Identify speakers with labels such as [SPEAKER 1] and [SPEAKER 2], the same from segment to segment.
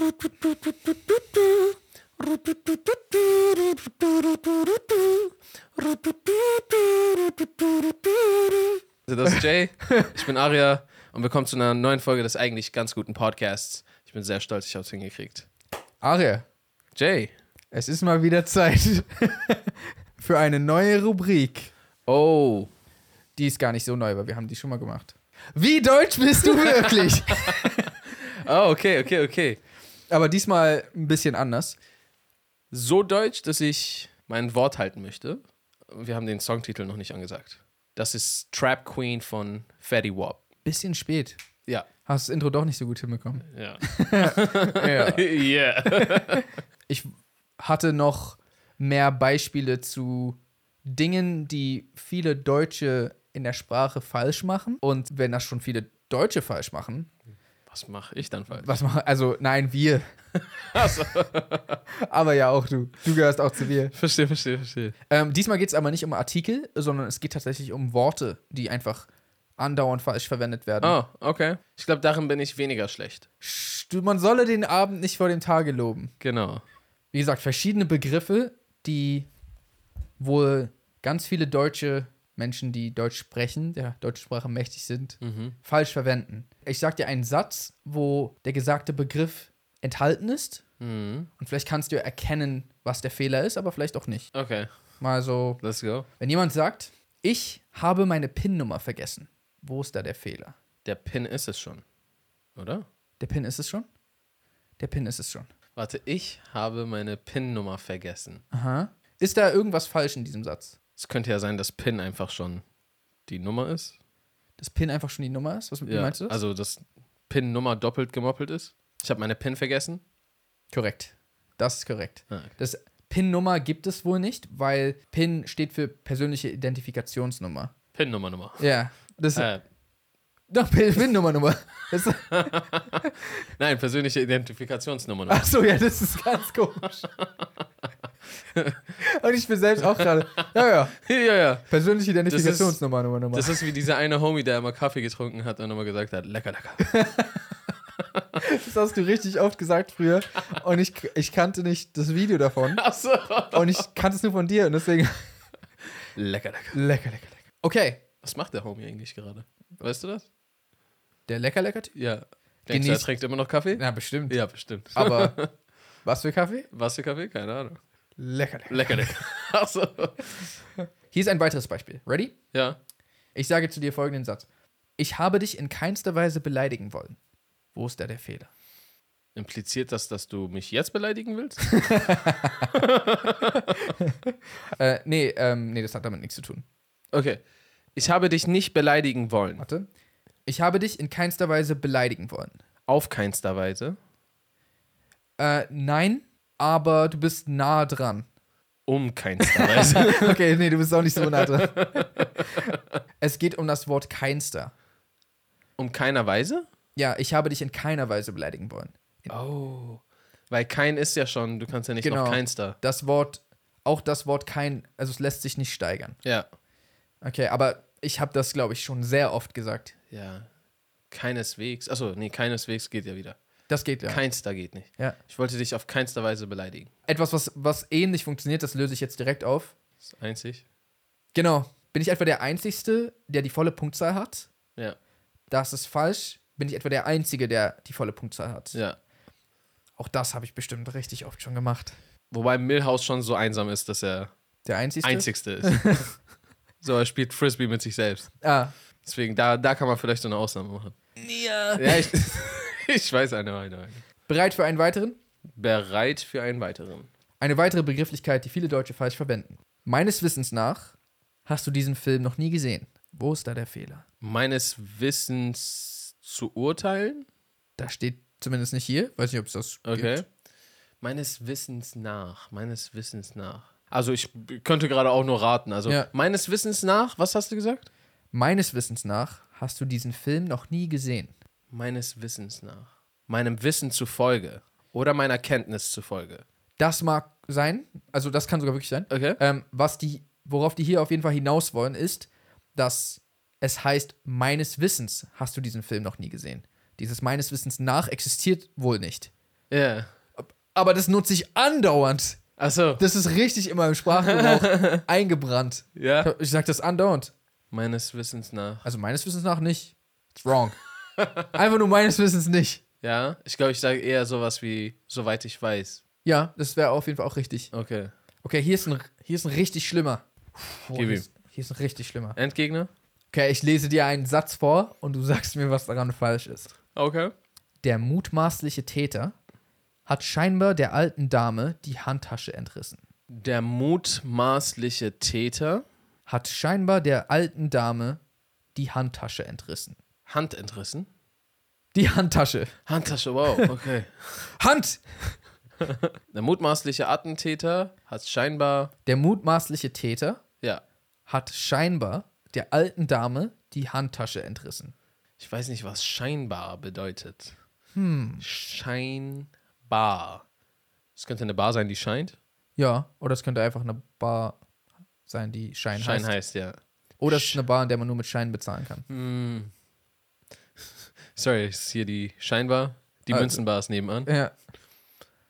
[SPEAKER 1] Also Also das ist Jay, ich bin Aria und wir kommen zu einer neuen Folge des eigentlich ganz guten Podcasts. Ich bin sehr stolz, ich habe es hingekriegt.
[SPEAKER 2] Aria,
[SPEAKER 1] Jay,
[SPEAKER 2] es ist mal wieder Zeit für eine neue Rubrik.
[SPEAKER 1] oh,
[SPEAKER 2] Die ist gar nicht so neu, weil wir haben die schon mal gemacht. Wie deutsch bist du wirklich?
[SPEAKER 1] oh, okay, okay, okay.
[SPEAKER 2] Aber diesmal ein bisschen anders.
[SPEAKER 1] So deutsch, dass ich mein Wort halten möchte. Wir haben den Songtitel noch nicht angesagt. Das ist Trap Queen von Fatty Wap.
[SPEAKER 2] Bisschen spät.
[SPEAKER 1] Ja,
[SPEAKER 2] Hast das Intro doch nicht so gut hinbekommen.
[SPEAKER 1] ja.
[SPEAKER 2] Ja.
[SPEAKER 1] yeah.
[SPEAKER 2] Ich hatte noch mehr Beispiele zu Dingen, die viele Deutsche in der Sprache falsch machen. Und wenn das schon viele Deutsche falsch machen,
[SPEAKER 1] Was mache ich dann falsch?
[SPEAKER 2] was machen, also nein, wir. aber ja, auch du. Du gehörst auch zu wir.
[SPEAKER 1] Verstehe, verstehe, verstehe.
[SPEAKER 2] Ähm, diesmal geht es aber nicht um Artikel, sondern es geht tatsächlich um Worte, die einfach andauernd falsch verwendet werden.
[SPEAKER 1] Oh, okay. Ich glaube, darin bin ich weniger schlecht.
[SPEAKER 2] Sch- du- Man solle den Abend nicht vor dem Tage loben.
[SPEAKER 1] Genau.
[SPEAKER 2] Wie gesagt, verschiedene Begriffe, die wohl ganz viele deutsche Menschen, die Deutsch sprechen, der deutschen Sprache mächtig sind,
[SPEAKER 1] Mhm,
[SPEAKER 2] falsch verwenden. Ich sag dir einen Satz, wo der gesagte Begriff enthalten ist.
[SPEAKER 1] Mhm.
[SPEAKER 2] Und vielleicht kannst du erkennen, was der Fehler ist, aber vielleicht auch nicht.
[SPEAKER 1] Okay,
[SPEAKER 2] Mal so,
[SPEAKER 1] let's go.
[SPEAKER 2] wenn jemand sagt, ich habe meine PIN-Nummer vergessen. Wo ist da der Fehler?
[SPEAKER 1] Der Pin ist es schon, oder?
[SPEAKER 2] Der PIN ist es schon? Der PIN ist es schon.
[SPEAKER 1] Warte, ich habe meine PIN-Nummer vergessen.
[SPEAKER 2] Aha. Ist da irgendwas falsch in diesem Satz?
[SPEAKER 1] Es könnte ja sein, dass PIN einfach schon die Nummer ist.
[SPEAKER 2] Dass PIN einfach schon die Nummer ist? Was, Wie meinst du das?
[SPEAKER 1] Also, dass PIN-Nummer doppelt gemoppelt ist. Ich habe meine PIN vergessen.
[SPEAKER 2] Korrekt. Das ist korrekt.
[SPEAKER 1] Ah, okay.
[SPEAKER 2] Das PIN-Nummer gibt es wohl nicht, weil PIN steht für persönliche Identifikationsnummer.
[SPEAKER 1] PIN-Nummer, Nummer.
[SPEAKER 2] Ja. Das
[SPEAKER 1] Äh,
[SPEAKER 2] Doch, PIN-Nummer, Nummer. Das,
[SPEAKER 1] nein, persönliche Identifikationsnummer. Nummer.
[SPEAKER 2] ach so, ja, das ist ganz komisch. Und ich bin selbst auch gerade. Ja, ja.
[SPEAKER 1] ja, ja.
[SPEAKER 2] Persönliche
[SPEAKER 1] ist-
[SPEAKER 2] Identifikationsnummer, Nummer, Nummer.
[SPEAKER 1] Das ist wie dieser eine Homie, der immer Kaffee getrunken hat und immer gesagt hat, lecker, lecker.
[SPEAKER 2] Das hast du richtig oft gesagt früher. Und ich, ich kannte nicht das Video davon.
[SPEAKER 1] Ach so.
[SPEAKER 2] Und ich kannte es nur von dir. Und deswegen.
[SPEAKER 1] Lecker, lecker.
[SPEAKER 2] Lecker, lecker, lecker. Okay.
[SPEAKER 1] Was macht der Homie eigentlich gerade? Weißt du das?
[SPEAKER 2] Der lecker, lecker Typ?
[SPEAKER 1] Ja. Denkst du, er
[SPEAKER 2] Genießt-
[SPEAKER 1] trinkt immer noch Kaffee?
[SPEAKER 2] Na, bestimmt.
[SPEAKER 1] Ja, bestimmt.
[SPEAKER 2] Aber was für Kaffee?
[SPEAKER 1] Was für Kaffee? Keine Ahnung.
[SPEAKER 2] Lecker, lecker.
[SPEAKER 1] Lecker, lecker. Ach so.
[SPEAKER 2] Hier ist ein weiteres Beispiel. Ready?
[SPEAKER 1] Ja.
[SPEAKER 2] Ich sage zu dir folgenden Satz. Ich habe dich in keinster Weise beleidigen wollen. Wo ist da der Fehler?
[SPEAKER 1] Impliziert das, dass du mich jetzt beleidigen willst?
[SPEAKER 2] Äh, nee, ähm, nee, das hat damit nichts zu tun.
[SPEAKER 1] Okay. Ich habe dich nicht beleidigen wollen.
[SPEAKER 2] Warte. Ich habe dich in keinster Weise beleidigen wollen.
[SPEAKER 1] Auf keinster Weise.
[SPEAKER 2] Äh, nein, aber du bist nah dran.
[SPEAKER 1] Um keinster Weise.
[SPEAKER 2] Okay, nee, du bist auch nicht so nah dran. es geht um das Wort keinster.
[SPEAKER 1] um keiner Weise?
[SPEAKER 2] Ja, ich habe dich in keiner Weise beleidigen wollen.
[SPEAKER 1] Oh. Weil kein ist ja schon, du kannst ja nicht
[SPEAKER 2] Genau.
[SPEAKER 1] noch keinster.
[SPEAKER 2] Das Wort, auch das Wort kein, also es lässt sich nicht steigern.
[SPEAKER 1] Ja.
[SPEAKER 2] Okay, aber ich habe das, glaube ich, schon sehr oft gesagt.
[SPEAKER 1] Ja. Keineswegs. Achso, nee, keineswegs geht ja wieder.
[SPEAKER 2] Das geht ja.
[SPEAKER 1] Keinster geht nicht.
[SPEAKER 2] ja.
[SPEAKER 1] Ich wollte dich auf keinster Weise beleidigen.
[SPEAKER 2] Etwas, was, was ähnlich funktioniert, das löse ich jetzt direkt auf.
[SPEAKER 1] Das ist einzig.
[SPEAKER 2] Genau. Bin ich etwa der Einzige, der die volle Punktzahl hat?
[SPEAKER 1] Ja.
[SPEAKER 2] Das ist falsch. Bin ich etwa der Einzige, der die volle Punktzahl hat?
[SPEAKER 1] Ja.
[SPEAKER 2] Auch das habe ich bestimmt richtig oft schon gemacht.
[SPEAKER 1] Wobei Milhouse schon so einsam ist, dass er
[SPEAKER 2] Der Einzige?
[SPEAKER 1] einzigste ist. so, er spielt Frisbee mit sich selbst.
[SPEAKER 2] Ah,
[SPEAKER 1] Deswegen, da, da kann man vielleicht so eine Ausnahme machen. Ja. ich, ich weiß eine, eine, eine.
[SPEAKER 2] bereit für einen weiteren?
[SPEAKER 1] Bereit für einen weiteren.
[SPEAKER 2] Eine weitere Begrifflichkeit, die viele Deutsche falsch verwenden. Meines Wissens nach hast du diesen Film noch nie gesehen. Wo ist da der Fehler?
[SPEAKER 1] Meines Wissens zu urteilen?
[SPEAKER 2] Da steht zumindest nicht hier. Weiß nicht, ob es das
[SPEAKER 1] Okay.
[SPEAKER 2] gibt.
[SPEAKER 1] Meines Wissens nach. Meines Wissens nach. Also ich könnte gerade auch nur raten. Also
[SPEAKER 2] Ja.
[SPEAKER 1] meines Wissens nach, was hast du gesagt?
[SPEAKER 2] Meines Wissens nach hast du diesen Film noch nie gesehen.
[SPEAKER 1] Meines Wissens nach. Meinem Wissen zufolge. Oder meiner Kenntnis zufolge.
[SPEAKER 2] Das mag sein, also das kann sogar wirklich sein.
[SPEAKER 1] Okay.
[SPEAKER 2] Ähm, was die, worauf die hier auf jeden Fall hinaus wollen, ist, dass es heißt, meines Wissens hast du diesen Film noch nie gesehen. Dieses meines Wissens nach existiert wohl nicht.
[SPEAKER 1] Ja.
[SPEAKER 2] Aber das nutze ich andauernd.
[SPEAKER 1] Achso.
[SPEAKER 2] Das ist richtig in meinem Sprachgebrauch eingebrannt.
[SPEAKER 1] Ja.
[SPEAKER 2] Ich sag das andauernd.
[SPEAKER 1] Meines Wissens nach.
[SPEAKER 2] Also meines Wissens nach nicht. It's wrong. Einfach nur meines Wissens nicht.
[SPEAKER 1] Ja. Ich glaube, ich sage eher sowas wie, soweit ich weiß.
[SPEAKER 2] Ja, das wäre auf jeden Fall auch richtig.
[SPEAKER 1] Okay.
[SPEAKER 2] Okay, hier ist ein, hier ist ein richtig schlimmer. Boah,
[SPEAKER 1] Gib
[SPEAKER 2] hier,
[SPEAKER 1] ihm.
[SPEAKER 2] ist, hier ist ein richtig schlimmer.
[SPEAKER 1] Endgegner?
[SPEAKER 2] Okay, ich lese dir einen Satz vor und du sagst mir, was daran falsch ist.
[SPEAKER 1] Okay.
[SPEAKER 2] Der mutmaßliche Täter hat scheinbar der alten Dame die Handtasche entrissen.
[SPEAKER 1] Der mutmaßliche Täter.
[SPEAKER 2] Hat scheinbar der alten Dame die Handtasche entrissen.
[SPEAKER 1] Hand entrissen.
[SPEAKER 2] Die Handtasche.
[SPEAKER 1] Handtasche, wow, okay.
[SPEAKER 2] Hand!
[SPEAKER 1] Der mutmaßliche Attentäter hat scheinbar,
[SPEAKER 2] Der mutmaßliche Täter
[SPEAKER 1] ja,
[SPEAKER 2] hat scheinbar der alten Dame die Handtasche entrissen.
[SPEAKER 1] ich weiß nicht, was scheinbar bedeutet. Hm. Scheinbar. Es könnte eine Bar sein, die scheint.
[SPEAKER 2] Ja, oder es könnte einfach eine Bar sein, die Schein,
[SPEAKER 1] Schein
[SPEAKER 2] heißt.
[SPEAKER 1] heißt, ja.
[SPEAKER 2] Oder es ist eine Bar, in der man nur mit Scheinen bezahlen kann.
[SPEAKER 1] Sorry, ist hier die Scheinbar. Die
[SPEAKER 2] Also-
[SPEAKER 1] Münzenbar ist nebenan.
[SPEAKER 2] Ja.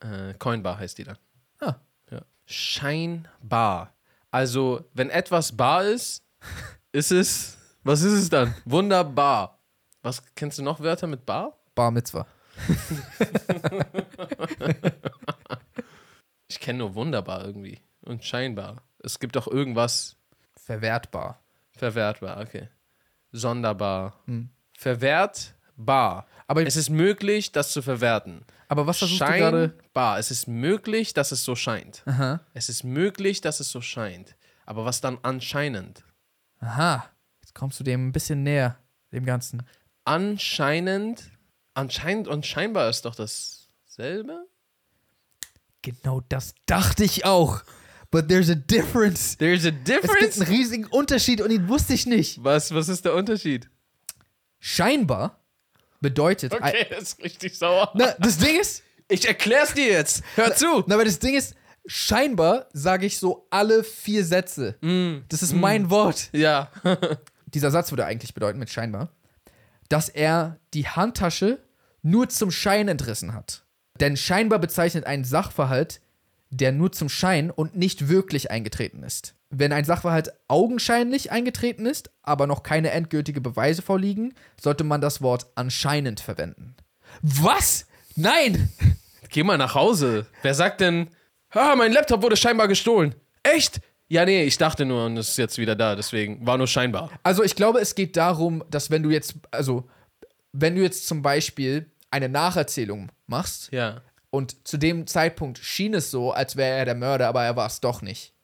[SPEAKER 1] Äh, Coinbar heißt die dann.
[SPEAKER 2] Ah.
[SPEAKER 1] Ja. Scheinbar. Also, wenn etwas bar ist, ist es, was ist es dann? Wunderbar. Was, kennst du noch Wörter mit bar?
[SPEAKER 2] Bar Mitzwa.
[SPEAKER 1] Ich kenne nur wunderbar irgendwie und scheinbar. Es gibt doch irgendwas
[SPEAKER 2] Verwertbar.
[SPEAKER 1] verwertbar, okay. Sonderbar.
[SPEAKER 2] Hm.
[SPEAKER 1] Verwertbar.
[SPEAKER 2] Aber,
[SPEAKER 1] Es ist möglich, das zu verwerten.
[SPEAKER 2] aber was versuchst du gerade?
[SPEAKER 1] Scheinbar. Es ist möglich, dass es so scheint.
[SPEAKER 2] Aha.
[SPEAKER 1] Es ist möglich, dass es so scheint. Aber was dann anscheinend?
[SPEAKER 2] Aha. Jetzt kommst du dem ein bisschen näher, dem Ganzen.
[SPEAKER 1] Anscheinend, anscheinend und scheinbar ist doch dasselbe.
[SPEAKER 2] Genau das dachte ich auch. But there's a difference.
[SPEAKER 1] There's a
[SPEAKER 2] Es gibt einen riesigen Unterschied und den wusste ich nicht.
[SPEAKER 1] Was, was ist der Unterschied?
[SPEAKER 2] Scheinbar bedeutet.
[SPEAKER 1] Okay, das ist richtig sauer.
[SPEAKER 2] Na, das Ding ist,
[SPEAKER 1] Ich erklär's dir jetzt. Hör zu.
[SPEAKER 2] Na, aber das Ding ist, scheinbar sage ich so alle vier Sätze.
[SPEAKER 1] Mm.
[SPEAKER 2] Das ist mein Wort.
[SPEAKER 1] Ja.
[SPEAKER 2] Dieser Satz würde eigentlich bedeuten mit scheinbar, dass er die Handtasche nur zum Schein entrissen hat. Denn scheinbar bezeichnet einen Sachverhalt, der nur zum Schein und nicht wirklich eingetreten ist. Wenn ein Sachverhalt augenscheinlich eingetreten ist, aber noch keine endgültige Beweise vorliegen, sollte man das Wort anscheinend verwenden. Was? Nein!
[SPEAKER 1] Geh mal nach Hause. Wer sagt denn, ah, mein Laptop wurde scheinbar gestohlen? Echt? Ja, nee, ich dachte nur und es ist jetzt wieder da, deswegen war nur scheinbar.
[SPEAKER 2] Also ich glaube, es geht darum, dass wenn du jetzt, also wenn du jetzt zum Beispiel eine Nacherzählung machst
[SPEAKER 1] Ja.
[SPEAKER 2] und zu dem Zeitpunkt schien es so, als wäre er der Mörder, aber er war es doch nicht.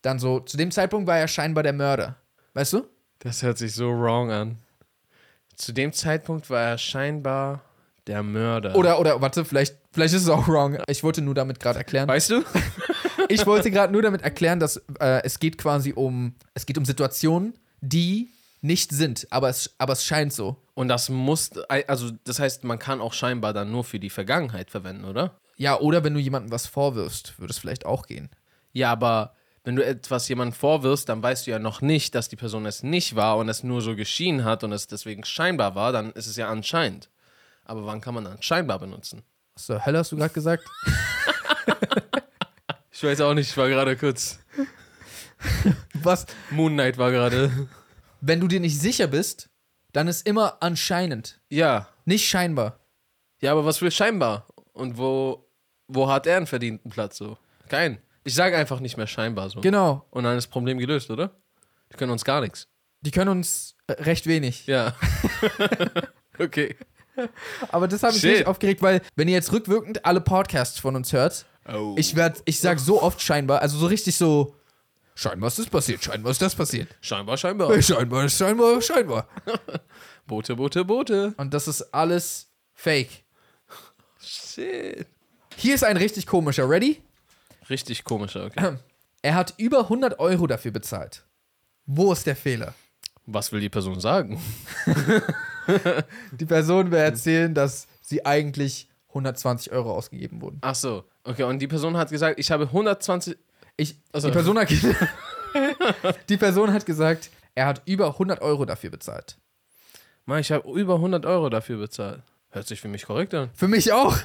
[SPEAKER 2] Dann so, zu dem Zeitpunkt war er scheinbar der Mörder. Weißt du?
[SPEAKER 1] Das hört sich so wrong an. Zu dem Zeitpunkt war er scheinbar der Mörder.
[SPEAKER 2] Oder, oder, warte, vielleicht, vielleicht ist es auch wrong. Ich wollte nur damit gerade erklären.
[SPEAKER 1] Weißt du?
[SPEAKER 2] Ich wollte gerade nur damit erklären, dass äh, es geht quasi um, es geht um Situationen, die nicht sind, aber es, aber es scheint so.
[SPEAKER 1] Und das muss, also das heißt, man kann auch scheinbar dann nur für die Vergangenheit verwenden, oder?
[SPEAKER 2] Ja, oder wenn du jemandem was vorwirfst, würde es vielleicht auch gehen.
[SPEAKER 1] Ja, aber wenn du etwas jemandem vorwirfst, dann weißt du ja noch nicht, dass die Person es nicht war und es nur so geschehen hat und es deswegen scheinbar war, dann ist es ja anscheinend. Aber wann kann man dann scheinbar benutzen?
[SPEAKER 2] Was zur Hölle hast du gerade gesagt?
[SPEAKER 1] Ich weiß auch nicht, ich war gerade kurz.
[SPEAKER 2] Was?
[SPEAKER 1] Moon Knight war gerade.
[SPEAKER 2] Wenn du dir nicht sicher bist, dann ist immer anscheinend,
[SPEAKER 1] Ja.
[SPEAKER 2] nicht scheinbar.
[SPEAKER 1] Ja, aber was für scheinbar? Und wo, wo hat er einen verdienten Platz so? Kein. Ich sage einfach nicht mehr scheinbar so.
[SPEAKER 2] Genau.
[SPEAKER 1] Und dann ist das Problem gelöst, oder? Die können uns gar nichts.
[SPEAKER 2] Die können uns äh, recht wenig.
[SPEAKER 1] Ja. okay.
[SPEAKER 2] Aber das habe ich
[SPEAKER 1] Shit.
[SPEAKER 2] mich aufgeregt, weil wenn ihr jetzt rückwirkend alle Podcasts von uns hört,
[SPEAKER 1] Oh.
[SPEAKER 2] ich werd, ich sag so oft scheinbar, also so richtig so scheinbar ist das passiert, scheinbar ist das passiert.
[SPEAKER 1] scheinbar, scheinbar.
[SPEAKER 2] Scheinbar, ist scheinbar, scheinbar.
[SPEAKER 1] Boote, Boote, Boote.
[SPEAKER 2] Und das ist alles fake.
[SPEAKER 1] Shit.
[SPEAKER 2] Hier ist ein richtig komischer, ready?
[SPEAKER 1] Richtig komischer, okay.
[SPEAKER 2] Er hat über 100 Euro dafür bezahlt. Wo ist der Fehler?
[SPEAKER 1] Was will die Person sagen?
[SPEAKER 2] Die Person will erzählen, dass sie eigentlich 120 Euro ausgegeben wurden.
[SPEAKER 1] Ach so. Okay, und die Person hat gesagt, ich habe 120.
[SPEAKER 2] Ich,
[SPEAKER 1] Also-
[SPEAKER 2] die, Person hat, ge- die Person hat gesagt, er hat über 100 Euro dafür bezahlt.
[SPEAKER 1] Mann, ich habe über 100 Euro dafür bezahlt. Hört sich für mich korrekt an.
[SPEAKER 2] Für mich auch.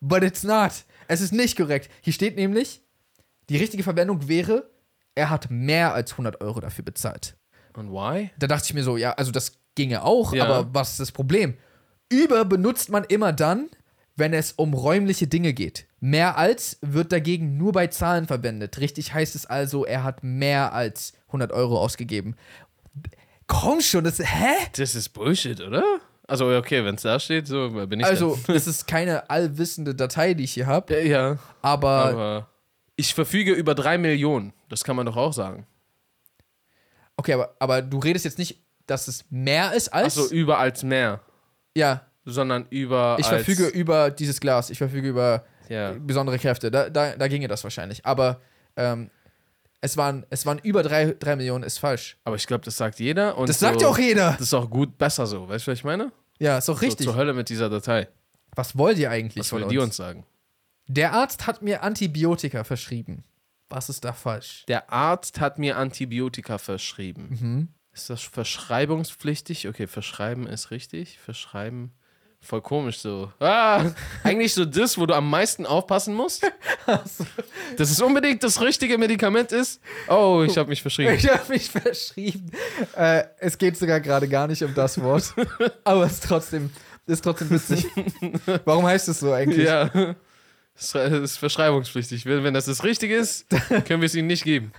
[SPEAKER 2] But it's not. Es ist nicht korrekt. Hier steht nämlich, die richtige Verwendung wäre, er hat mehr als 100 Euro dafür bezahlt.
[SPEAKER 1] Und why?
[SPEAKER 2] Da dachte ich mir so, ja, also das ginge auch,
[SPEAKER 1] Ja.
[SPEAKER 2] aber was ist das Problem? Über benutzt man immer dann, wenn es um räumliche Dinge geht. Mehr als wird dagegen nur bei Zahlen verwendet. Richtig heißt es also, er hat mehr als 100 Euro ausgegeben. Komm schon, das, hä?
[SPEAKER 1] Das ist Bullshit, oder? Also, okay, wenn es da steht, so bin ich
[SPEAKER 2] Also, das ist keine allwissende Datei, die ich hier habe,
[SPEAKER 1] dann. Ja,
[SPEAKER 2] aber
[SPEAKER 1] aber ich verfüge über drei Millionen. Das kann man doch auch sagen.
[SPEAKER 2] Okay, aber, aber du redest jetzt nicht, dass es mehr ist als.
[SPEAKER 1] Also über als mehr,
[SPEAKER 2] ja,
[SPEAKER 1] sondern über
[SPEAKER 2] ich
[SPEAKER 1] als,
[SPEAKER 2] verfüge über dieses Glas, ich verfüge über
[SPEAKER 1] Ja.
[SPEAKER 2] besondere Kräfte. Da, da, da ginge das wahrscheinlich. Aber ähm, es, waren, es waren über drei, drei Millionen, ist falsch.
[SPEAKER 1] Aber ich glaube, das sagt jeder. Und
[SPEAKER 2] Das
[SPEAKER 1] so,
[SPEAKER 2] sagt ja auch jeder.
[SPEAKER 1] Das ist auch gut, besser so. Weißt du, was ich meine?
[SPEAKER 2] Ja, ist doch richtig.
[SPEAKER 1] So, zur Hölle mit dieser Datei.
[SPEAKER 2] Was wollt ihr eigentlich
[SPEAKER 1] Was
[SPEAKER 2] von
[SPEAKER 1] wollen
[SPEAKER 2] uns?
[SPEAKER 1] die uns sagen?
[SPEAKER 2] Der Arzt hat mir Antibiotika verschrieben. Was ist da falsch?
[SPEAKER 1] Der Arzt hat mir Antibiotika verschrieben.
[SPEAKER 2] Mhm.
[SPEAKER 1] Ist das verschreibungspflichtig? Okay, verschreiben ist richtig. Verschreiben. Voll komisch so. Ah, eigentlich so das, wo du am meisten aufpassen musst. Dass es unbedingt das richtige Medikament ist. Oh, ich habe mich verschrieben.
[SPEAKER 2] Ich habe mich verschrieben. Äh, es geht sogar gerade gar nicht um das Wort. aber es ist trotzdem, ist trotzdem witzig. Warum heißt es so eigentlich?
[SPEAKER 1] Ja. Es ist verschreibungspflichtig. Wenn, wenn das das Richtige ist, können wir es ihnen nicht geben.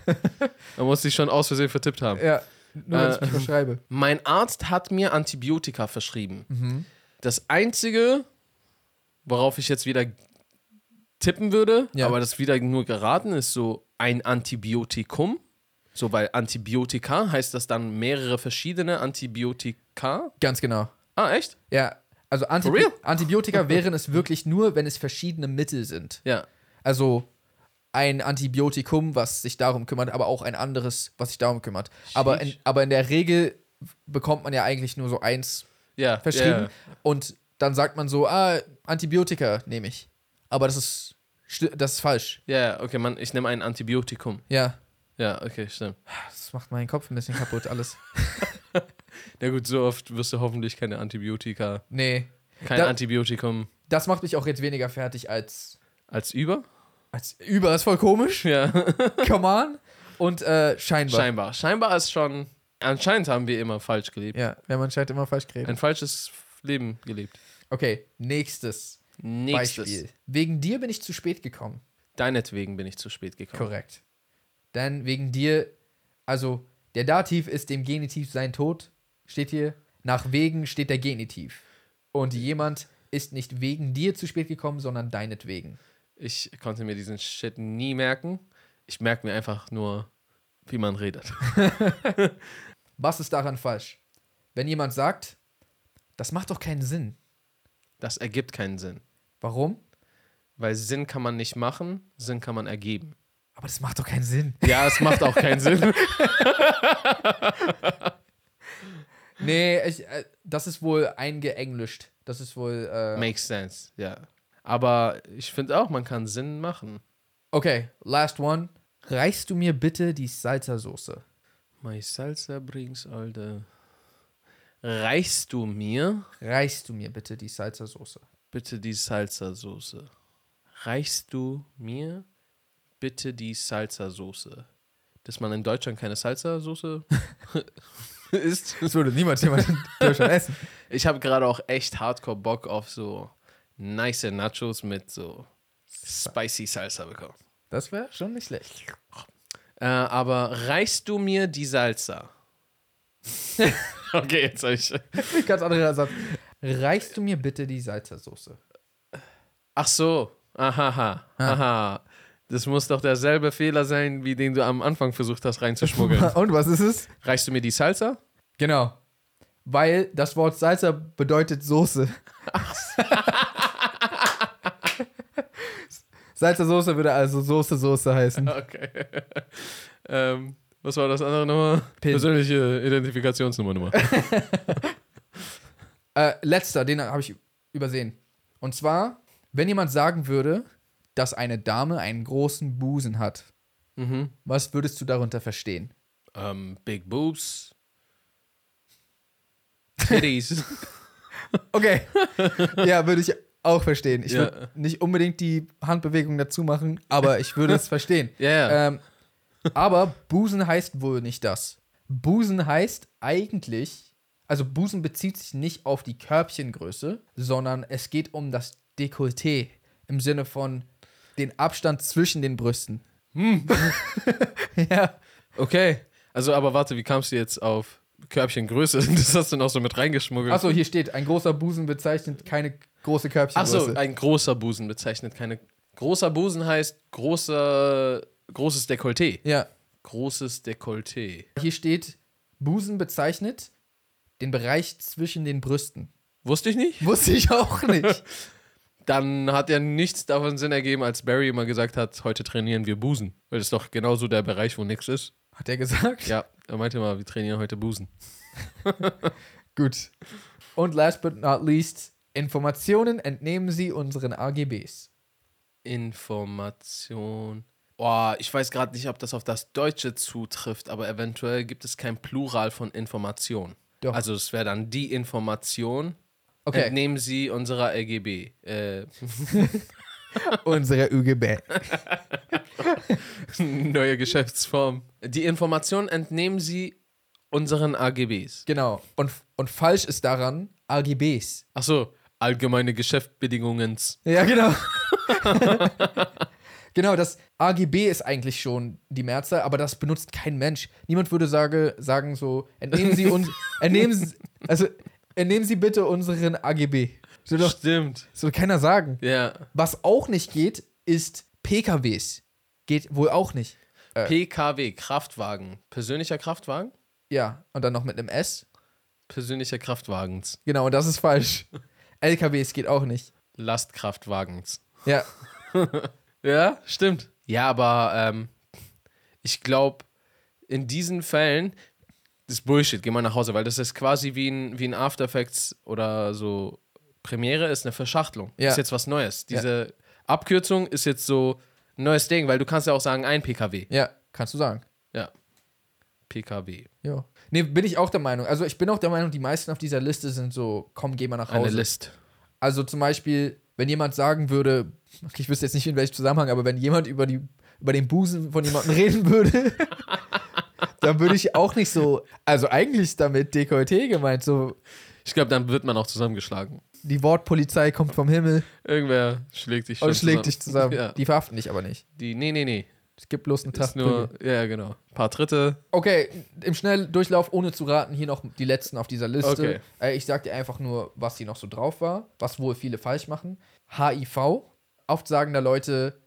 [SPEAKER 1] Man muss sie schon aus Versehen vertippt haben.
[SPEAKER 2] Ja, nur wenn ich
[SPEAKER 1] Äh,
[SPEAKER 2] mich verschreibe.
[SPEAKER 1] Mein Arzt hat mir Antibiotika verschrieben. Das Einzige, worauf ich jetzt wieder tippen würde,
[SPEAKER 2] Ja.
[SPEAKER 1] aber das wieder nur geraten, ist so ein Antibiotikum. So, weil Antibiotika heißt das dann mehrere verschiedene Antibiotika.
[SPEAKER 2] Ganz genau.
[SPEAKER 1] Ah, echt?
[SPEAKER 2] Ja, also Antibi
[SPEAKER 1] For real?
[SPEAKER 2] Antibiotika wären es wirklich nur, wenn es verschiedene Mittel sind.
[SPEAKER 1] Ja.
[SPEAKER 2] Also ein Antibiotikum, was sich darum kümmert, aber auch ein anderes, was sich darum kümmert. Aber in,
[SPEAKER 1] Sheesh.
[SPEAKER 2] aber in der Regel bekommt man ja eigentlich nur so eins
[SPEAKER 1] Ja.
[SPEAKER 2] verschrieben.
[SPEAKER 1] ja.
[SPEAKER 2] Und dann sagt man so, ah, Antibiotika nehme ich. Aber das ist, sti- das ist falsch.
[SPEAKER 1] Ja, ja, okay, Mann, ich nehme ein Antibiotikum.
[SPEAKER 2] Ja,
[SPEAKER 1] Ja, okay, stimmt.
[SPEAKER 2] das macht meinen Kopf ein bisschen kaputt alles.
[SPEAKER 1] Na gut, so oft wirst du hoffentlich keine Antibiotika,
[SPEAKER 2] Nee,
[SPEAKER 1] kein
[SPEAKER 2] Da-
[SPEAKER 1] Antibiotikum
[SPEAKER 2] das macht mich auch jetzt weniger fertig als,
[SPEAKER 1] als über.
[SPEAKER 2] als über. Ist voll komisch.
[SPEAKER 1] Ja,
[SPEAKER 2] Come on. Und äh, scheinbar.
[SPEAKER 1] scheinbar. Scheinbar ist schon, anscheinend haben wir immer falsch gelebt.
[SPEAKER 2] Ja, wenn man scheint immer falsch geredet.
[SPEAKER 1] Ein falsches Leben gelebt.
[SPEAKER 2] Okay, nächstes,
[SPEAKER 1] Nächstes.
[SPEAKER 2] Beispiel. Wegen dir bin ich zu spät gekommen.
[SPEAKER 1] Deinetwegen bin ich zu spät gekommen.
[SPEAKER 2] Korrekt. Denn wegen dir, also der Dativ ist dem Genitiv sein Tod, steht hier. Nach wegen steht der Genitiv. Und jemand ist nicht wegen dir zu spät gekommen, sondern deinetwegen.
[SPEAKER 1] Ich konnte mir diesen Shit nie merken. Ich merke mir einfach nur, wie man redet.
[SPEAKER 2] Was ist daran falsch? Wenn jemand sagt, das macht doch keinen Sinn.
[SPEAKER 1] Das ergibt keinen Sinn.
[SPEAKER 2] Warum?
[SPEAKER 1] Weil Sinn kann man nicht machen, Sinn kann man ergeben.
[SPEAKER 2] Aber das macht doch keinen Sinn.
[SPEAKER 1] Ja, es macht auch keinen Sinn.
[SPEAKER 2] Nee, ich, äh, das ist wohl eingeenglischt. Das ist wohl. Äh,
[SPEAKER 1] Makes sense, ja. Aber ich finde auch, man kann Sinn machen.
[SPEAKER 2] Okay, last one. Reichst du mir bitte die Salsa-Soße?
[SPEAKER 1] My Salsa brings alte. Reichst du mir
[SPEAKER 2] Reichst du mir bitte die Salsa-Soße?
[SPEAKER 1] bitte die Salsa-Soße? Reichst du mir bitte die Salsa-Soße? Dass man in Deutschland keine Salsa-Soße isst.
[SPEAKER 2] Das würde niemals jemand in Deutschland essen.
[SPEAKER 1] Ich habe gerade auch echt hardcore Bock auf so nice Nachos mit so spicy Salsa bekommen.
[SPEAKER 2] Das wäre schon nicht schlecht.
[SPEAKER 1] Äh, aber reichst du mir die Salsa? okay, jetzt habe ich.
[SPEAKER 2] Ganz anderer Satz. Reichst du mir bitte die Salsa-Soße?
[SPEAKER 1] Ach so. Ahaha. Aha. Das muss doch derselbe Fehler sein, wie den du am Anfang versucht hast reinzuschmuggeln.
[SPEAKER 2] Und was ist es?
[SPEAKER 1] Reichst du mir die Salsa?
[SPEAKER 2] Genau. Weil das Wort Salsa bedeutet Soße. Salsa-Soße würde also Soße-Soße heißen.
[SPEAKER 1] Okay. ähm, was war das andere nochmal?
[SPEAKER 2] Pin.
[SPEAKER 1] Persönliche Identifikationsnummer Nummer.
[SPEAKER 2] Äh, letzter, den habe ich übersehen. Und zwar, wenn jemand sagen würde, dass eine Dame einen großen Busen hat,
[SPEAKER 1] mhm.
[SPEAKER 2] was würdest du darunter verstehen?
[SPEAKER 1] ähm, Big Boobs. Titties.
[SPEAKER 2] Okay. Ja, würde ich auch verstehen. Ich
[SPEAKER 1] Ja.
[SPEAKER 2] würde nicht unbedingt die Handbewegung dazu machen, aber ich würde es verstehen.
[SPEAKER 1] Ja, ja.
[SPEAKER 2] Ähm, aber Busen heißt wohl nicht das. Busen heißt eigentlich, also Busen bezieht sich nicht auf die Körbchengröße, sondern es geht um das Dekolleté im Sinne von den Abstand zwischen den Brüsten.
[SPEAKER 1] Hm.
[SPEAKER 2] ja.
[SPEAKER 1] Okay. Also, aber warte, wie kamst du jetzt auf Körbchengröße? Das hast du noch so mit reingeschmuggelt.
[SPEAKER 2] Achso, hier steht, ein großer Busen bezeichnet keine große
[SPEAKER 1] Ach so,
[SPEAKER 2] Körbchengröße.
[SPEAKER 1] ein großer Busen bezeichnet keine. Großer Busen heißt großer, großes Dekolleté.
[SPEAKER 2] ja.
[SPEAKER 1] Großes Dekolleté.
[SPEAKER 2] Hier steht, Busen bezeichnet den Bereich zwischen den Brüsten.
[SPEAKER 1] Wusste ich nicht.
[SPEAKER 2] Wusste ich auch nicht.
[SPEAKER 1] Dann hat ja nichts davon Sinn ergeben, als Barry immer gesagt hat, heute trainieren wir Busen. Weil das ist doch genauso der Bereich, wo nichts ist.
[SPEAKER 2] Hat er gesagt?
[SPEAKER 1] Ja, er meinte mal, wir trainieren heute Busen.
[SPEAKER 2] Gut. Und last but not least, Informationen entnehmen Sie unseren AGBs.
[SPEAKER 1] Information. Boah, ich weiß gerade nicht, ob das auf das Deutsche zutrifft, aber eventuell gibt es kein Plural von Information.
[SPEAKER 2] Doch.
[SPEAKER 1] Also es wäre dann die Information.
[SPEAKER 2] Okay,
[SPEAKER 1] Entnehmen Sie unserer RGB. Äh,
[SPEAKER 2] unsere UGB.
[SPEAKER 1] neue Geschäftsform. Die Information entnehmen Sie unseren AGBs.
[SPEAKER 2] Genau. Und, und falsch ist daran AGBs.
[SPEAKER 1] Achso, allgemeine Geschäftsbedingungen.
[SPEAKER 2] Ja, genau. genau, das AGB ist eigentlich schon die Mehrzahl, aber das benutzt kein Mensch. Niemand würde sage, sagen so, entnehmen Sie uns, entnehmen Sie, also entnehmen Sie bitte unseren AGB. So doch,
[SPEAKER 1] Stimmt.
[SPEAKER 2] so keiner sagen.
[SPEAKER 1] Ja.
[SPEAKER 2] Was auch nicht geht, ist PKWs. Geht wohl auch nicht.
[SPEAKER 1] PKW, Kraftwagen. Persönlicher Kraftwagen?
[SPEAKER 2] Ja, und dann noch mit einem S.
[SPEAKER 1] Persönlicher Kraftwagens.
[SPEAKER 2] Genau, und das ist falsch. LKWs geht auch nicht.
[SPEAKER 1] Lastkraftwagens.
[SPEAKER 2] Ja,
[SPEAKER 1] Ja, stimmt. Ja, aber ähm, ich glaube, in diesen Fällen, das ist Bullshit, geh mal nach Hause, weil das ist quasi wie ein, wie ein After Effects oder so. Premiere ist eine Verschachtelung.
[SPEAKER 2] Ja.
[SPEAKER 1] Ist jetzt was Neues. Diese Abkürzung ist jetzt so ein neues Ding, weil du kannst ja auch sagen, ein PKW.
[SPEAKER 2] ja, kannst du sagen.
[SPEAKER 1] Ja. PKW.
[SPEAKER 2] Ja. Nee, bin ich auch der Meinung. Also ich bin auch der Meinung, die meisten auf dieser Liste sind so, komm, geh mal nach
[SPEAKER 1] Eine
[SPEAKER 2] Hause.
[SPEAKER 1] List.
[SPEAKER 2] Also zum Beispiel, wenn jemand sagen würde, okay, ich wüsste jetzt nicht in welchem Zusammenhang, aber wenn jemand über, die, über den Busen von jemandem reden würde, dann würde ich auch nicht so, also eigentlich ist damit Dekolleté gemeint, so
[SPEAKER 1] Ich glaube, dann wird man auch zusammengeschlagen.
[SPEAKER 2] die Wortpolizei kommt vom Himmel
[SPEAKER 1] Irgendwer schlägt dich schon
[SPEAKER 2] und Oh, schlägt dich zusammen.
[SPEAKER 1] Ja.
[SPEAKER 2] Die verhaften dich aber nicht.
[SPEAKER 1] Die, nee, nee, nee.
[SPEAKER 2] Es gibt bloß einen Tag.
[SPEAKER 1] Ist nur, ja, genau. Ein paar Tritte,
[SPEAKER 2] Okay, im Schnelldurchlauf, ohne zu raten, hier noch die letzten auf dieser Liste.
[SPEAKER 1] Okay.
[SPEAKER 2] Äh, ich sag dir einfach nur, was hier noch so drauf war, was wohl viele falsch machen. HIV. Oft sagen da Leute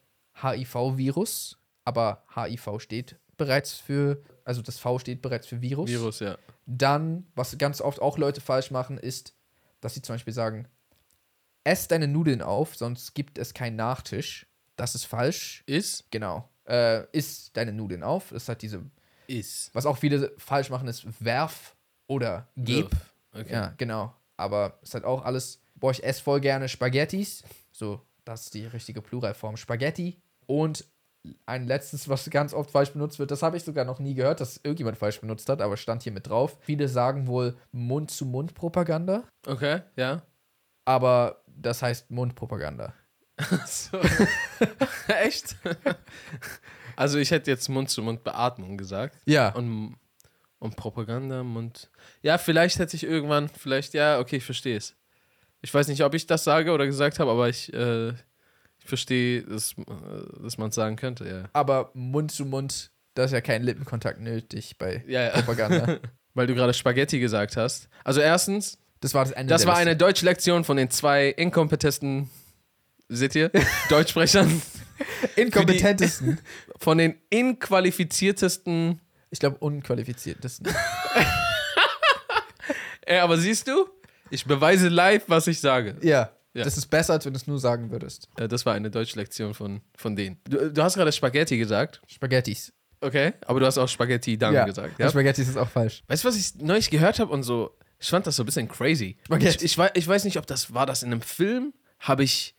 [SPEAKER 2] HIV-Virus, aber HIV steht bereits für, also das V steht bereits für Virus.
[SPEAKER 1] Virus, ja.
[SPEAKER 2] Dann, was ganz oft auch Leute falsch machen, ist, dass sie zum Beispiel sagen, ess deine Nudeln auf, sonst gibt es keinen Nachtisch. Das ist falsch.
[SPEAKER 1] Ist?
[SPEAKER 2] Genau. Äh, isst deine Nudeln auf. Das hat diese
[SPEAKER 1] Ist.
[SPEAKER 2] was auch viele falsch machen, ist werf oder geb.
[SPEAKER 1] Wirf. Okay.
[SPEAKER 2] Ja, genau. Aber es hat auch alles, boah, ich esse voll gerne Spaghettis. So, das ist die richtige Pluralform. Spaghetti. Und ein letztes, was ganz oft falsch benutzt wird, das habe ich sogar noch nie gehört, dass irgendjemand falsch benutzt hat, aber stand hier mit drauf. Viele sagen wohl Mund-zu-Mund-Propaganda,
[SPEAKER 1] Okay, ja.
[SPEAKER 2] aber das heißt Mundpropaganda.
[SPEAKER 1] So. Echt? Also ich hätte jetzt Mund-zu-Mund-Beatmung gesagt.
[SPEAKER 2] Ja.
[SPEAKER 1] Und, und Propaganda, Mund. Ja, vielleicht hätte ich irgendwann, vielleicht, ja, okay, ich verstehe es. Ich weiß nicht, ob ich das sage oder gesagt habe, aber ich, äh, ich verstehe, dass, äh, dass man es sagen könnte, ja.
[SPEAKER 2] aber Mund-zu-Mund, da ist ja kein Lippenkontakt nötig bei
[SPEAKER 1] Ja, ja.
[SPEAKER 2] Propaganda.
[SPEAKER 1] Weil du gerade Spaghetti gesagt hast. Also erstens,
[SPEAKER 2] Das war das Ende
[SPEAKER 1] das
[SPEAKER 2] der
[SPEAKER 1] war
[SPEAKER 2] Liste.
[SPEAKER 1] eine Deutschlektion von den zwei inkompetenten, seht ihr, Deutschsprechern.
[SPEAKER 2] inkompetentesten.
[SPEAKER 1] von den inqualifiziertesten.
[SPEAKER 2] Ich glaube, unqualifiziertesten.
[SPEAKER 1] Ey, Äh, aber siehst du? Ich beweise live, was ich sage.
[SPEAKER 2] ja.
[SPEAKER 1] Ja.
[SPEAKER 2] Das ist besser, als wenn du es nur sagen würdest.
[SPEAKER 1] Äh, Das war eine Deutschlektion von, von denen. Du, du hast gerade Spaghetti gesagt,
[SPEAKER 2] Spaghettis.
[SPEAKER 1] okay? Aber du hast auch Spaghetti dann gesagt. Ja?
[SPEAKER 2] Spaghettis ist auch falsch.
[SPEAKER 1] Weißt du, was ich neulich gehört habe und so? Ich fand das so ein bisschen crazy.
[SPEAKER 2] Spaghetti.
[SPEAKER 1] Ich, ich, wei- ich weiß nicht, ob das war das in einem Film? Habe ich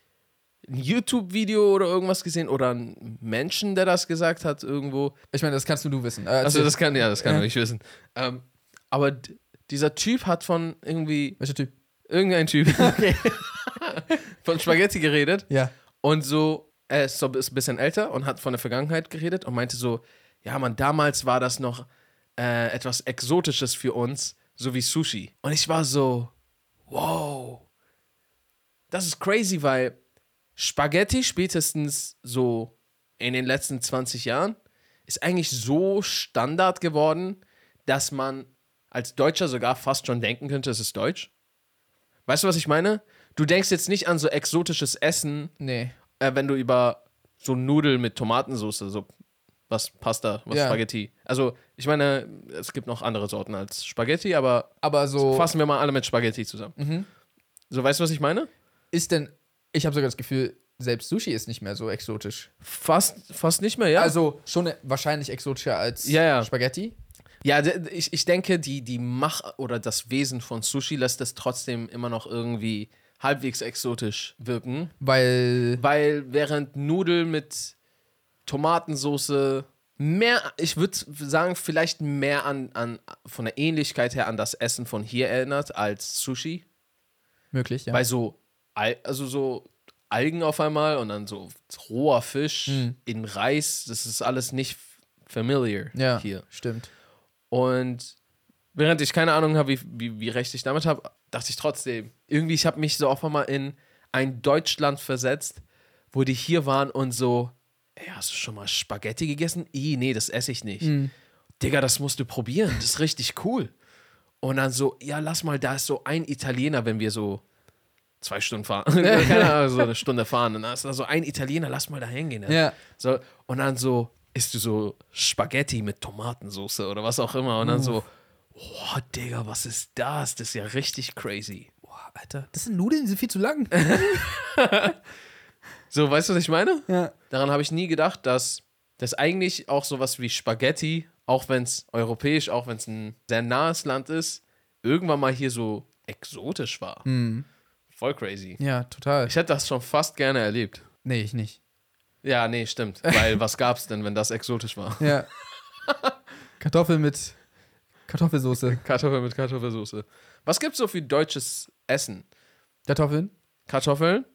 [SPEAKER 1] ein YouTube-Video oder irgendwas gesehen oder einen Menschen, der das gesagt hat irgendwo?
[SPEAKER 2] Ich meine, das kannst nur du wissen. Äh,
[SPEAKER 1] Also
[SPEAKER 2] erzähl.
[SPEAKER 1] das kann, ja, das kann
[SPEAKER 2] Ja.
[SPEAKER 1] ich wissen. Ähm, aber d- dieser Typ hat von irgendwie
[SPEAKER 2] welcher Typ?
[SPEAKER 1] äh, irgendein Typ
[SPEAKER 2] Okay.
[SPEAKER 1] von Spaghetti geredet
[SPEAKER 2] Ja.
[SPEAKER 1] und so, er ist so ist ein bisschen älter und hat von der Vergangenheit geredet und meinte so, ja man, damals war das noch äh, etwas Exotisches für uns, so wie Sushi. Und ich war so, wow, das ist crazy, weil Spaghetti spätestens so in den letzten 20 Jahren ist eigentlich so Standard geworden, dass man als Deutscher sogar fast schon denken könnte, es ist deutsch. Weißt du, was ich meine? Du denkst jetzt nicht an so exotisches Essen,
[SPEAKER 2] Nee.
[SPEAKER 1] äh, wenn du über so Nudeln mit Tomatensauce, so was Pasta, was
[SPEAKER 2] Ja.
[SPEAKER 1] Spaghetti. Also, ich meine, es gibt noch andere Sorten als Spaghetti, aber
[SPEAKER 2] Aber so
[SPEAKER 1] fassen wir mal alle mit Spaghetti zusammen. So, weißt du, was ich meine?
[SPEAKER 2] ist denn, ich habe sogar das Gefühl, selbst Sushi ist nicht mehr so exotisch.
[SPEAKER 1] Fast, fast nicht mehr, ja.
[SPEAKER 2] Also schon wahrscheinlich exotischer als
[SPEAKER 1] Ja, ja.
[SPEAKER 2] Spaghetti.
[SPEAKER 1] Ja, d- d- ich, ich denke, die, die Mach- oder das Wesen von Sushi lässt es trotzdem immer noch irgendwie halbwegs exotisch wirken.
[SPEAKER 2] Weil,
[SPEAKER 1] Weil während Nudeln mit Tomatensoße mehr, ich würde sagen, vielleicht mehr an, an, von der Ähnlichkeit her an das Essen von hier erinnert als Sushi.
[SPEAKER 2] möglich, ja.
[SPEAKER 1] Bei so, Al also so Algen auf einmal und dann so roher Fisch in Reis, das ist alles nicht familiar
[SPEAKER 2] ja,
[SPEAKER 1] hier.
[SPEAKER 2] stimmt.
[SPEAKER 1] Und während ich keine Ahnung habe, wie, wie, wie recht ich damit habe, dachte ich trotzdem, irgendwie, ich habe mich so oft mal in ein Deutschland versetzt, wo die hier waren und so, ey, hast du schon mal Spaghetti gegessen? I, nee, das esse ich nicht. Digga, das musst du probieren, das ist richtig cool. Und dann so, ja, lass mal, da ist so ein Italiener, wenn wir so zwei Stunden fahren, keine Ahnung, so eine Stunde fahren, dann ist da so ein Italiener, lass mal da hingehen. ne?
[SPEAKER 2] Ja.
[SPEAKER 1] So, und dann so, isst du so Spaghetti mit Tomatensauce oder was auch immer. Und dann so, boah, Digga, was ist das? Das ist ja richtig crazy.
[SPEAKER 2] Boah, Alter, das sind Nudeln, die sind viel zu lang.
[SPEAKER 1] So, weißt du, was ich meine?
[SPEAKER 2] ja.
[SPEAKER 1] Daran habe ich nie gedacht, dass das eigentlich auch sowas wie Spaghetti, auch wenn es europäisch, auch wenn es ein sehr nahes Land ist, irgendwann mal hier so exotisch war. Voll crazy.
[SPEAKER 2] ja, total.
[SPEAKER 1] Ich hätte das schon fast gerne erlebt.
[SPEAKER 2] nee, ich nicht.
[SPEAKER 1] Ja, nee, stimmt. Weil was gab's denn, wenn das exotisch war?
[SPEAKER 2] Ja. Kartoffeln mit Kartoffelsoße.
[SPEAKER 1] Kartoffeln mit Kartoffelsoße. Was gibt's so viel deutsches Essen?
[SPEAKER 2] Kartoffeln?
[SPEAKER 1] Kartoffeln,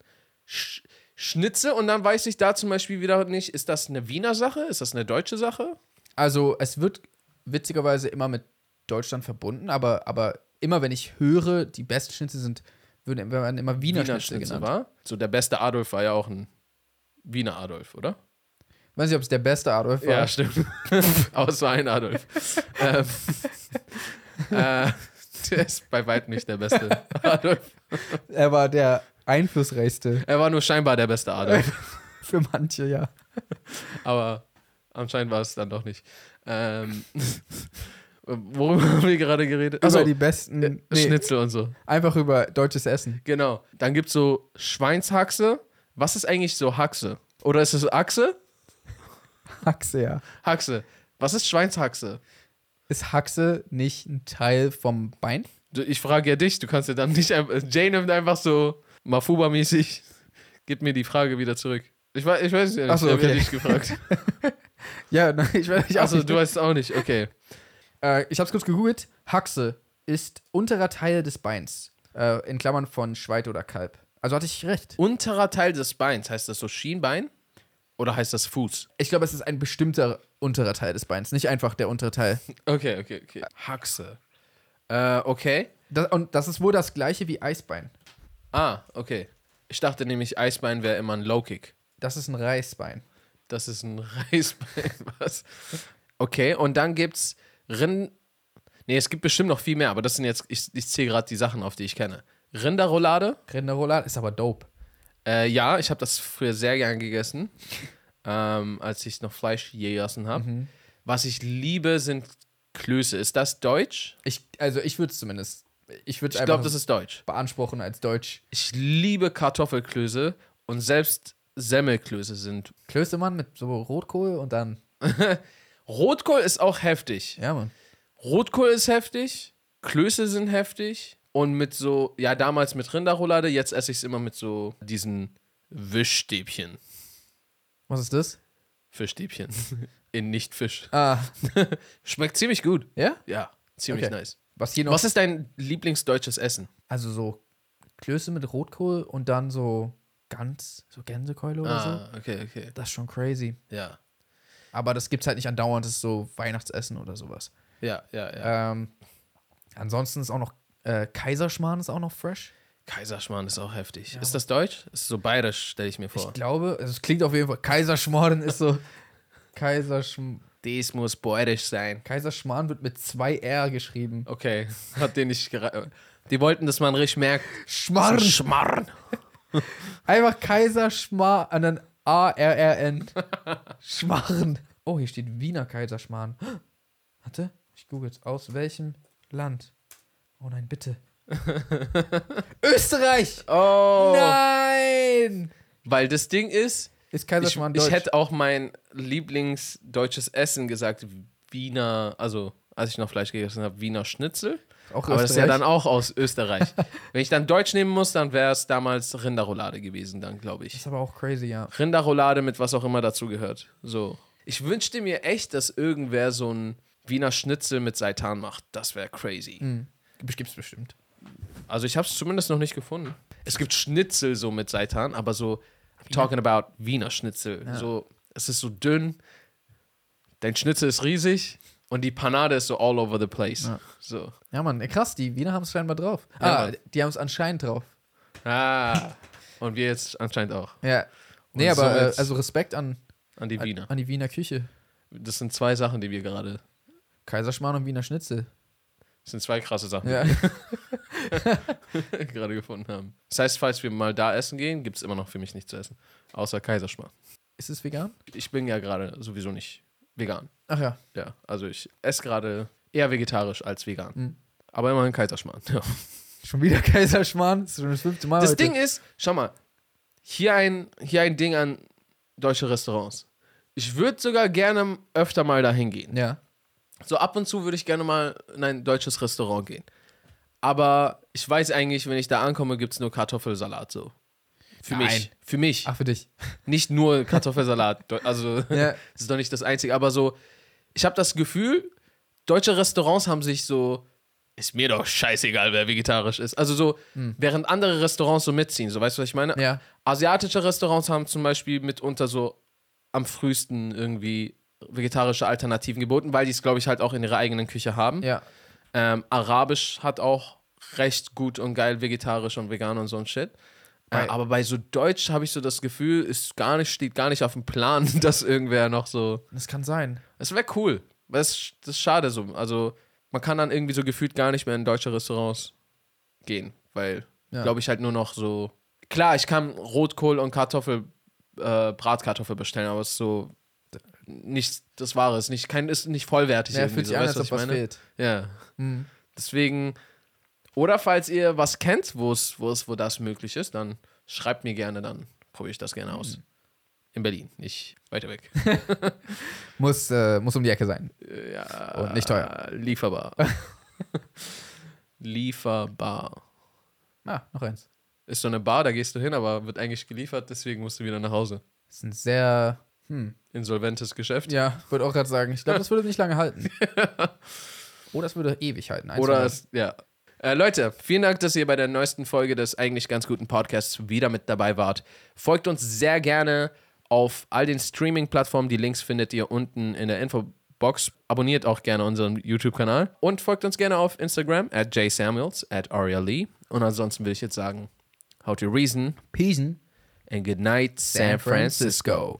[SPEAKER 1] Sch Schnitze und dann weiß ich da zum Beispiel wieder nicht, ist das eine Wiener Sache? Ist das eine deutsche Sache?
[SPEAKER 2] Also, es wird witzigerweise immer mit Deutschland verbunden, aber, aber immer, wenn ich höre, die besten Schnitze sind, würden werden immer Wiener, Schnitze, genannt.
[SPEAKER 1] war. So der beste Adolf war ja auch ein Wiener Adolf, oder?
[SPEAKER 2] Weiß nicht, ob es der beste Adolf war.
[SPEAKER 1] Ja, stimmt. Aber es war ein Adolf. ähm, äh, der ist bei weitem nicht der beste Adolf.
[SPEAKER 2] Er war der einflussreichste
[SPEAKER 1] Er war nur scheinbar der beste Adolf,
[SPEAKER 2] für manche, ja.
[SPEAKER 1] aber anscheinend war es dann doch nicht. Ähm, worüber haben wir gerade geredet?
[SPEAKER 2] Also
[SPEAKER 1] Also
[SPEAKER 2] die besten nee,
[SPEAKER 1] Schnitzel und so.
[SPEAKER 2] einfach über deutsches Essen.
[SPEAKER 1] Genau. Dann gibt es so Schweinshaxe. Was ist eigentlich so Haxe? Oder ist es Achse?
[SPEAKER 2] Haxe, ja.
[SPEAKER 1] Haxe. Was ist Schweinshaxe?
[SPEAKER 2] Ist Haxe nicht ein Teil vom Bein?
[SPEAKER 1] Du- Ich frage ja dich, du kannst ja dann nicht einfach. Jane nimmt einfach so Mafuba-mäßig. Gib mir die Frage wieder zurück. Ich weiß, ich weiß es ja nicht.
[SPEAKER 2] Ach so,
[SPEAKER 1] Ich hab ja
[SPEAKER 2] okay.
[SPEAKER 1] dich gefragt.
[SPEAKER 2] Ja, nein, ich weiß nicht.
[SPEAKER 1] Achso,
[SPEAKER 2] auch nicht.
[SPEAKER 1] Also du weißt es auch nicht. Okay.
[SPEAKER 2] Äh, ich hab's kurz gegoogelt. Haxe ist unterer Teil des Beins. Äh, in Klammern von Schweite oder Kalb. Also hatte ich recht.
[SPEAKER 1] Unterer Teil des Beins, heißt das so Schienbein? Oder heißt das Fuß?
[SPEAKER 2] Ich glaube, es ist ein bestimmter unterer Teil des Beins, nicht einfach der untere Teil.
[SPEAKER 1] Okay, okay, okay. Haxe. Äh, okay.
[SPEAKER 2] Das, und das ist wohl das gleiche wie Eisbein.
[SPEAKER 1] Ah, okay. Ich dachte nämlich, Eisbein wäre immer ein Low-Kick.
[SPEAKER 2] Das ist ein Reißbein.
[SPEAKER 1] Das ist ein Reisbein, was? Okay, und dann gibt's Rind. Nee, es gibt bestimmt noch viel mehr, aber das sind jetzt, ich, ich zähle gerade die Sachen auf, die ich kenne. Rinderroulade.
[SPEAKER 2] Rinderroulade ist aber dope.
[SPEAKER 1] Äh, ja, ich habe das früher sehr gern gegessen, ähm, als ich noch Fleisch gegessen habe. Was ich liebe, sind Klöße. Ist das deutsch?
[SPEAKER 2] Ich, also ich würde es zumindest. Ich würde
[SPEAKER 1] Ich glaube, das ist deutsch.
[SPEAKER 2] beanspruchen als Deutsch.
[SPEAKER 1] Ich liebe Kartoffelklöße und selbst Semmelklöße sind.
[SPEAKER 2] Klöstemann mit so Rotkohl und dann.
[SPEAKER 1] Rotkohl ist auch heftig.
[SPEAKER 2] Ja, Mann.
[SPEAKER 1] Rotkohl ist heftig, Klöße sind heftig und mit so, ja, damals mit Rinderroulade, jetzt esse ich es immer mit so diesen Wischstäbchen.
[SPEAKER 2] Was ist das?
[SPEAKER 1] Fischstäbchen. In Nicht-Fisch.
[SPEAKER 2] Ah,
[SPEAKER 1] Schmeckt ziemlich gut.
[SPEAKER 2] ja?
[SPEAKER 1] Ja, ziemlich
[SPEAKER 2] Okay.
[SPEAKER 1] nice.
[SPEAKER 2] Was hier noch.
[SPEAKER 1] Was ist dein Lieblingsdeutsches Essen?
[SPEAKER 2] Also so Klöße mit Rotkohl und dann so Gans, so Gänsekeule oder so.
[SPEAKER 1] Ah, okay, okay.
[SPEAKER 2] Das ist schon crazy.
[SPEAKER 1] Ja.
[SPEAKER 2] Aber das gibt's halt nicht andauernd, das ist so Weihnachtsessen oder sowas.
[SPEAKER 1] Ja, ja, ja.
[SPEAKER 2] Ähm, ansonsten ist auch noch äh, Kaiserschmarrn ist auch noch fresh.
[SPEAKER 1] Kaiserschmarrn ist auch heftig. Ist das deutsch? Ist so bayerisch, stelle ich mir vor.
[SPEAKER 2] Ich glaube, also es klingt auf jeden Fall. Kaiserschmarrn ist so. Kaiserschm
[SPEAKER 1] Dies muss bayerisch sein.
[SPEAKER 2] Kaiserschmarrn wird mit zwei R geschrieben.
[SPEAKER 1] Okay, hat den nicht gere- Die wollten, dass man richtig merkt.
[SPEAKER 2] Schmarrn.
[SPEAKER 1] Schmarrn.
[SPEAKER 2] Einfach Kaiserschmarrn und dann A-R-R-N. Schmarrn. Oh, hier steht Wiener Kaiserschmarrn. Warte, ich google jetzt. Aus welchem Land? Oh nein, bitte. Österreich!
[SPEAKER 1] Oh.
[SPEAKER 2] Nein!
[SPEAKER 1] Weil das Ding ist,
[SPEAKER 2] Ist
[SPEAKER 1] ich,
[SPEAKER 2] Kaiserschmarrn deutsch?
[SPEAKER 1] ich hätte auch mein Lieblingsdeutsches Essen gesagt, Wiener, also als ich noch Fleisch gegessen habe, Wiener Schnitzel.
[SPEAKER 2] auch
[SPEAKER 1] Aber das ist ja dann auch aus Österreich. Wenn ich dann Deutsch nehmen muss, dann wäre es damals Rinderroulade gewesen, dann glaube ich.
[SPEAKER 2] ist aber auch crazy, ja.
[SPEAKER 1] Rinderroulade mit was auch immer dazugehört. So. Ich wünschte mir echt, dass irgendwer so ein Wiener Schnitzel mit Seitan macht. Das wäre crazy.
[SPEAKER 2] Gibt's bestimmt.
[SPEAKER 1] Also ich habe es zumindest noch nicht gefunden. Es gibt Schnitzel so mit Seitan, aber so I'm talking about Wiener Schnitzel. So, es ist so dünn. Dein Schnitzel ist riesig und die Panade ist so all over the place.
[SPEAKER 2] Ja.
[SPEAKER 1] So.
[SPEAKER 2] Ja, Mann, ey, krass, die Wiener haben es scheinbar drauf.
[SPEAKER 1] Ja,
[SPEAKER 2] ah,
[SPEAKER 1] Mann.
[SPEAKER 2] die haben es anscheinend drauf.
[SPEAKER 1] Ah. Und wir jetzt anscheinend auch
[SPEAKER 2] Ja. Nee,
[SPEAKER 1] Und
[SPEAKER 2] aber
[SPEAKER 1] so
[SPEAKER 2] äh,
[SPEAKER 1] jetzt-
[SPEAKER 2] also Respekt an,
[SPEAKER 1] an die
[SPEAKER 2] an,
[SPEAKER 1] Wiener.
[SPEAKER 2] an die Wiener Küche.
[SPEAKER 1] Das sind zwei Sachen, die wir gerade.
[SPEAKER 2] Kaiserschmarrn und Wiener Schnitzel.
[SPEAKER 1] Das sind zwei krasse Sachen,
[SPEAKER 2] Ja.
[SPEAKER 1] die wir gerade gefunden haben. Das heißt, falls wir mal da essen gehen, gibt es immer noch für mich nichts zu essen. Außer Kaiserschmarrn.
[SPEAKER 2] ist es vegan?
[SPEAKER 1] Ich bin ja gerade sowieso nicht vegan.
[SPEAKER 2] Ach ja.
[SPEAKER 1] Ja, also ich esse gerade eher vegetarisch als vegan.
[SPEAKER 2] Mhm. Ah,
[SPEAKER 1] Aber immerhin Kaiserschmarrn. Ja.
[SPEAKER 2] Schon wieder Kaiserschmarrn. Das ist schon das fünfte Mal.
[SPEAKER 1] Das
[SPEAKER 2] heute.
[SPEAKER 1] Ding ist, schau mal, hier ein, hier ein Ding an deutsche Restaurants. Ich würde sogar gerne öfter mal dahin gehen.
[SPEAKER 2] Ja.
[SPEAKER 1] So ab und zu würde ich gerne mal in ein deutsches Restaurant gehen. Aber ich weiß eigentlich, wenn ich da ankomme, gibt es nur Kartoffelsalat so. Für mich.
[SPEAKER 2] Nein.
[SPEAKER 1] Für mich.
[SPEAKER 2] Ach, für dich.
[SPEAKER 1] Nicht nur Kartoffelsalat. Deu- Also.
[SPEAKER 2] Ja.
[SPEAKER 1] Das ist doch nicht das Einzige, aber so, ich habe das Gefühl, deutsche Restaurants haben sich so, ist mir doch scheißegal, wer vegetarisch ist. Also so, während andere Restaurants so mitziehen, so weißt du, was ich meine?
[SPEAKER 2] Hm. ja.
[SPEAKER 1] Asiatische Restaurants haben zum Beispiel mitunter so am frühesten irgendwie vegetarische Alternativen geboten, weil die es, glaube ich, halt auch in ihrer eigenen Küche haben.
[SPEAKER 2] Ja.
[SPEAKER 1] Ähm, Arabisch hat auch recht gut und geil vegetarisch und vegan und so ein Shit. Äh,
[SPEAKER 2] Bei-
[SPEAKER 1] aber bei so Deutsch habe ich so das Gefühl, ist gar nicht, steht gar nicht auf dem Plan, dass irgendwer noch so.
[SPEAKER 2] Das kann sein.
[SPEAKER 1] Das wäre cool. weil es- Das ist schade so. Also, man kann dann irgendwie so gefühlt gar nicht mehr in deutsche Restaurants gehen, weil,
[SPEAKER 2] Ja.
[SPEAKER 1] glaube ich, halt nur noch so. Klar, ich kann Rotkohl und Kartoffel, äh, Bratkartoffel bestellen, aber es ist so nicht das Wahre. Es ist nicht, kein, ist nicht vollwertig.
[SPEAKER 2] Ja,
[SPEAKER 1] irgendwie
[SPEAKER 2] fühlt
[SPEAKER 1] so.
[SPEAKER 2] sich an,
[SPEAKER 1] Weißt
[SPEAKER 2] als
[SPEAKER 1] du,
[SPEAKER 2] ob was
[SPEAKER 1] ich meine?
[SPEAKER 2] fehlt.
[SPEAKER 1] Ja.
[SPEAKER 2] Mhm.
[SPEAKER 1] Deswegen, oder falls ihr was kennt, wo es, wo es, wo das möglich ist, dann schreibt mir gerne, dann probiere ich das gerne aus. In Berlin, nicht weiter weg.
[SPEAKER 2] Muss, äh, muss um die Ecke sein.
[SPEAKER 1] Ja.
[SPEAKER 2] Und nicht teuer.
[SPEAKER 1] Lieferbar. Lieferbar.
[SPEAKER 2] Ah, noch eins.
[SPEAKER 1] Ist so eine Bar, da gehst du hin, aber wird eigentlich geliefert, deswegen musst du wieder nach Hause.
[SPEAKER 2] Das ist ein sehr. Hm.
[SPEAKER 1] Insolventes Geschäft.
[SPEAKER 2] Ja, würde auch gerade sagen. Ich glaube, das würde nicht lange halten. Oder es würde ewig halten. Eins von
[SPEAKER 1] Oder
[SPEAKER 2] beiden.
[SPEAKER 1] es, ja. Äh, Leute, vielen Dank, dass ihr bei der neuesten Folge des eigentlich ganz guten Podcasts wieder mit dabei wart. Folgt uns sehr gerne auf all den Streaming-Plattformen. Die Links findet ihr unten in der Infobox. Abonniert auch gerne unseren YouTube-Kanal und folgt uns gerne auf Instagram at jsamuels at Aria Lee. E. Und ansonsten will ich jetzt sagen, how to reason
[SPEAKER 2] Piesen.
[SPEAKER 1] and good night, San Francisco.